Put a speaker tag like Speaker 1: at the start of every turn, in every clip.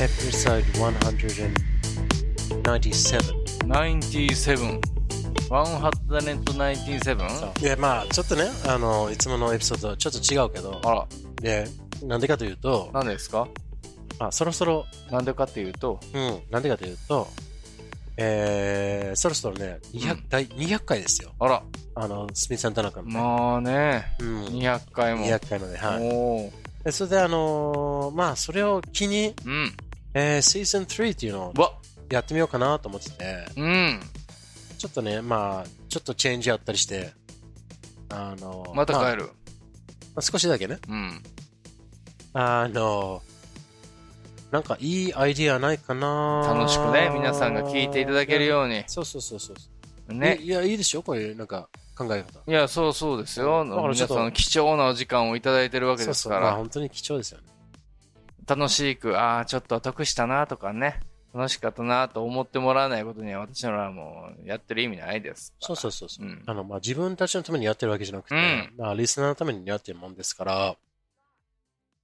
Speaker 1: episode 197
Speaker 2: 97。ワンハッタネット97?
Speaker 1: でまあちょっとねあのいつものエピソードとちょっと違うけど
Speaker 2: あら、
Speaker 1: でなんでかというと、
Speaker 2: 何ですか
Speaker 1: まあ、そろそろ
Speaker 2: なんでかっていうと、
Speaker 1: うんなんでかというとえー、そろそろね200、
Speaker 2: う
Speaker 1: 第200回ですよ
Speaker 2: あら、
Speaker 1: あのスミスさん田中の、ね
Speaker 2: まあね、
Speaker 1: うん、
Speaker 2: 200回も。
Speaker 1: 200回まではい
Speaker 2: も
Speaker 1: でそれであのーまあそれを機に、
Speaker 2: う、うん。
Speaker 1: えー、シーズン3っていうのを
Speaker 2: わ、
Speaker 1: やってみようかなと思ってて
Speaker 2: うん。
Speaker 1: ちょっとねまあちょっとチェンジあったりしてあのー
Speaker 2: また
Speaker 1: あ
Speaker 2: 帰る。
Speaker 1: まあ少しだけね
Speaker 2: うん。
Speaker 1: あの、なんかいいアイディアないかな
Speaker 2: 楽しくね、皆さんが聞いていただけるように。
Speaker 1: そうそうそうそう。
Speaker 2: ね
Speaker 1: い。いや、いいでしょこういうなんか考え方。
Speaker 2: いや、そうそうですよ。
Speaker 1: だから
Speaker 2: 皆
Speaker 1: ちょっと
Speaker 2: さん貴重なお時間をいただいてるわけ
Speaker 1: そう
Speaker 2: です
Speaker 1: そう。
Speaker 2: か
Speaker 1: まあ
Speaker 2: ら、
Speaker 1: 本当に貴重ですよね。
Speaker 2: 楽しく、ああ、ちょっと得したなとかね、楽しかったなと思ってもらわないことには私らはもうやってる意味ないですから。
Speaker 1: そうそうそうそう。
Speaker 2: うん
Speaker 1: あの、まあ自分たちのためにやってるわけじゃなくて、
Speaker 2: うん
Speaker 1: まあリスナーのためにやってるもんですから、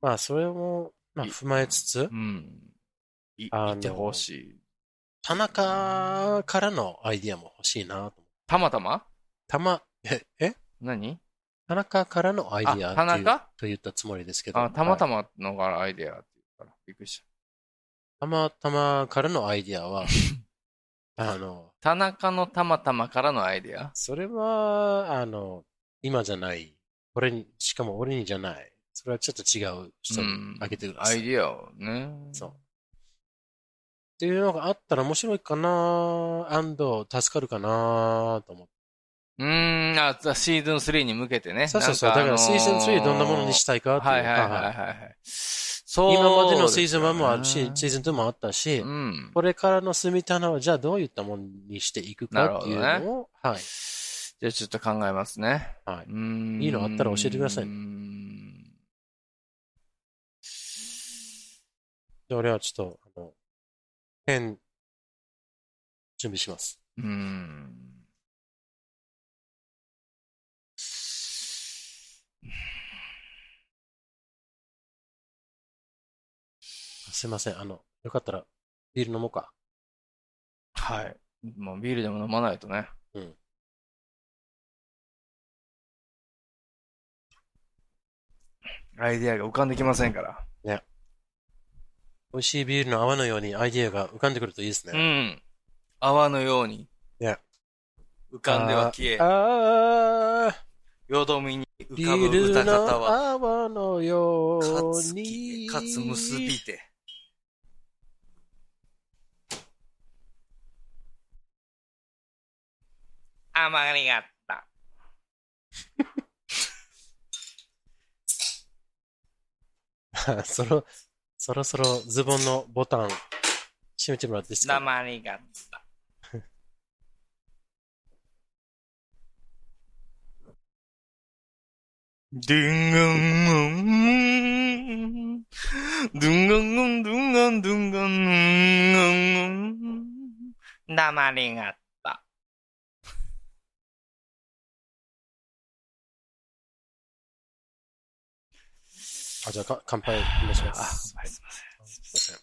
Speaker 1: まあそれも、まあ踏まえつつ
Speaker 2: う、ん。い、
Speaker 1: あの
Speaker 2: いてほしい。
Speaker 1: 田中からのアイディアも欲しいなと。
Speaker 2: たまたま
Speaker 1: たま、え、え
Speaker 2: 何
Speaker 1: 田中からのアイディア
Speaker 2: あ田中
Speaker 1: と言ったつもりですけど。
Speaker 2: あ、たま
Speaker 1: はい
Speaker 2: たまのがアイデアっていうから、びっくりした。
Speaker 1: たまたまからのアイディア は、あの、
Speaker 2: 田中のたまたまからのアイデア
Speaker 1: それは、あの、今じゃない。俺に、しかも俺にじゃない。それはちょっと違う人
Speaker 2: うん
Speaker 1: にあげてくだ
Speaker 2: ア
Speaker 1: さい。
Speaker 2: イデアをね。
Speaker 1: そう。っていうのがあったら面白いかなアンド助かるかなと思って。
Speaker 2: うーん、あ、ザシーズン3に向けてね。
Speaker 1: そうそうそう。
Speaker 2: な
Speaker 1: だ
Speaker 2: ん
Speaker 1: からシーズン3どんなものにしたいかっていう。
Speaker 2: はいはいはいはい
Speaker 1: はい
Speaker 2: はい。
Speaker 1: は
Speaker 2: そ
Speaker 1: いう今までのシーズン1もあるし、シ
Speaker 2: で
Speaker 1: ーズン2もあったし、
Speaker 2: すよねうん。
Speaker 1: これからの住みたのはじゃあどういったものにしていくかっていう
Speaker 2: なるほ
Speaker 1: のを、はい。
Speaker 2: じゃあちょっと考えますね。
Speaker 1: はい。
Speaker 2: い
Speaker 1: いいのあったら教えてくださいねじゃあ俺はちょっと、あの、ペン、準備します。
Speaker 2: うーん。
Speaker 1: すいません。あの、よかったら、ビール飲もうか。
Speaker 2: はい。もうビールでも飲まないとね。
Speaker 1: うん。
Speaker 2: アイデアが浮かんできませんから。
Speaker 1: 美味しいビールの泡のようにアイディアが浮かんでくるといいです
Speaker 2: う
Speaker 1: ね。
Speaker 2: ん。泡のように。
Speaker 1: ね
Speaker 2: 浮かんでは消え、
Speaker 1: ああ、
Speaker 2: よどみに
Speaker 1: ビ
Speaker 2: 浮かぶ
Speaker 1: ール
Speaker 2: 歌方は、
Speaker 1: の泡のよ
Speaker 2: か
Speaker 1: う
Speaker 2: つ
Speaker 1: に。
Speaker 2: き、かつ結びて。余りがった。
Speaker 1: そろ、そろそろズボンのボタン、閉めてもらっていいですか
Speaker 2: 黙りがった。ドゥンガンガン、ドゥンガンガン、ドゥンガン、ドゥンガン、ドゥンガン、黙りがった。
Speaker 1: あ、じゃあか、乾杯お願いしま
Speaker 2: あ、
Speaker 1: す。
Speaker 2: すいません。
Speaker 1: すいません。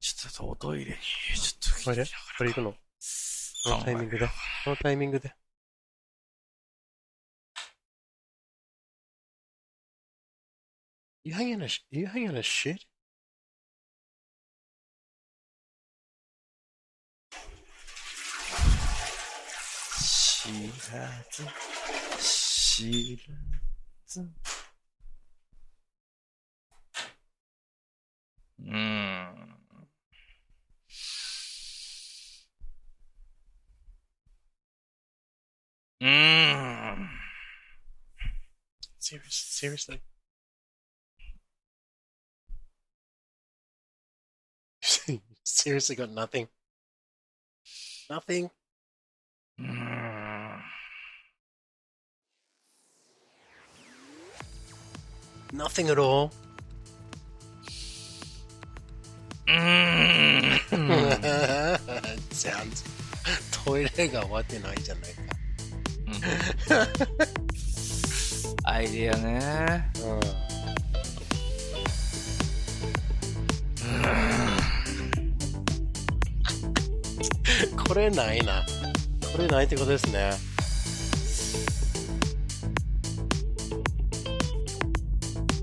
Speaker 2: ちょっとおトイレに、ちょっと。
Speaker 1: トイレこれ行くのこのタイミングで。このタイミングで。You hanging a, sh- you hanging a shit?
Speaker 2: 知らず、知らず。うーん。うーん。
Speaker 1: Serious, seriously? seriously got nothing? Nothing?
Speaker 2: うーん
Speaker 1: Nothing at all?
Speaker 2: うーん。
Speaker 1: Sounds 未来が終わってないじゃないか。
Speaker 2: アイディアね。
Speaker 1: これないな。これないってことですね。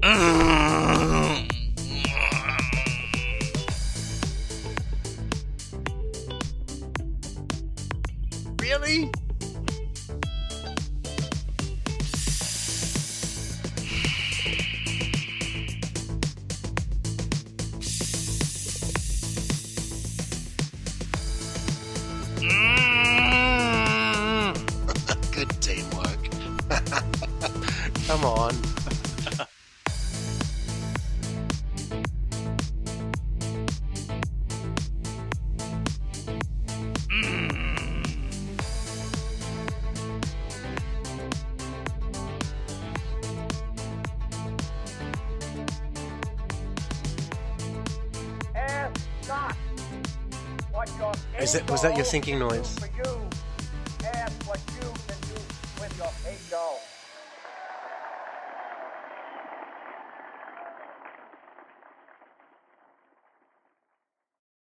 Speaker 2: うーん。
Speaker 1: Really?
Speaker 2: うーん。
Speaker 1: Good teamwork. Come on.
Speaker 3: ア
Speaker 1: Is that, was that your thinking noise?
Speaker 3: For you.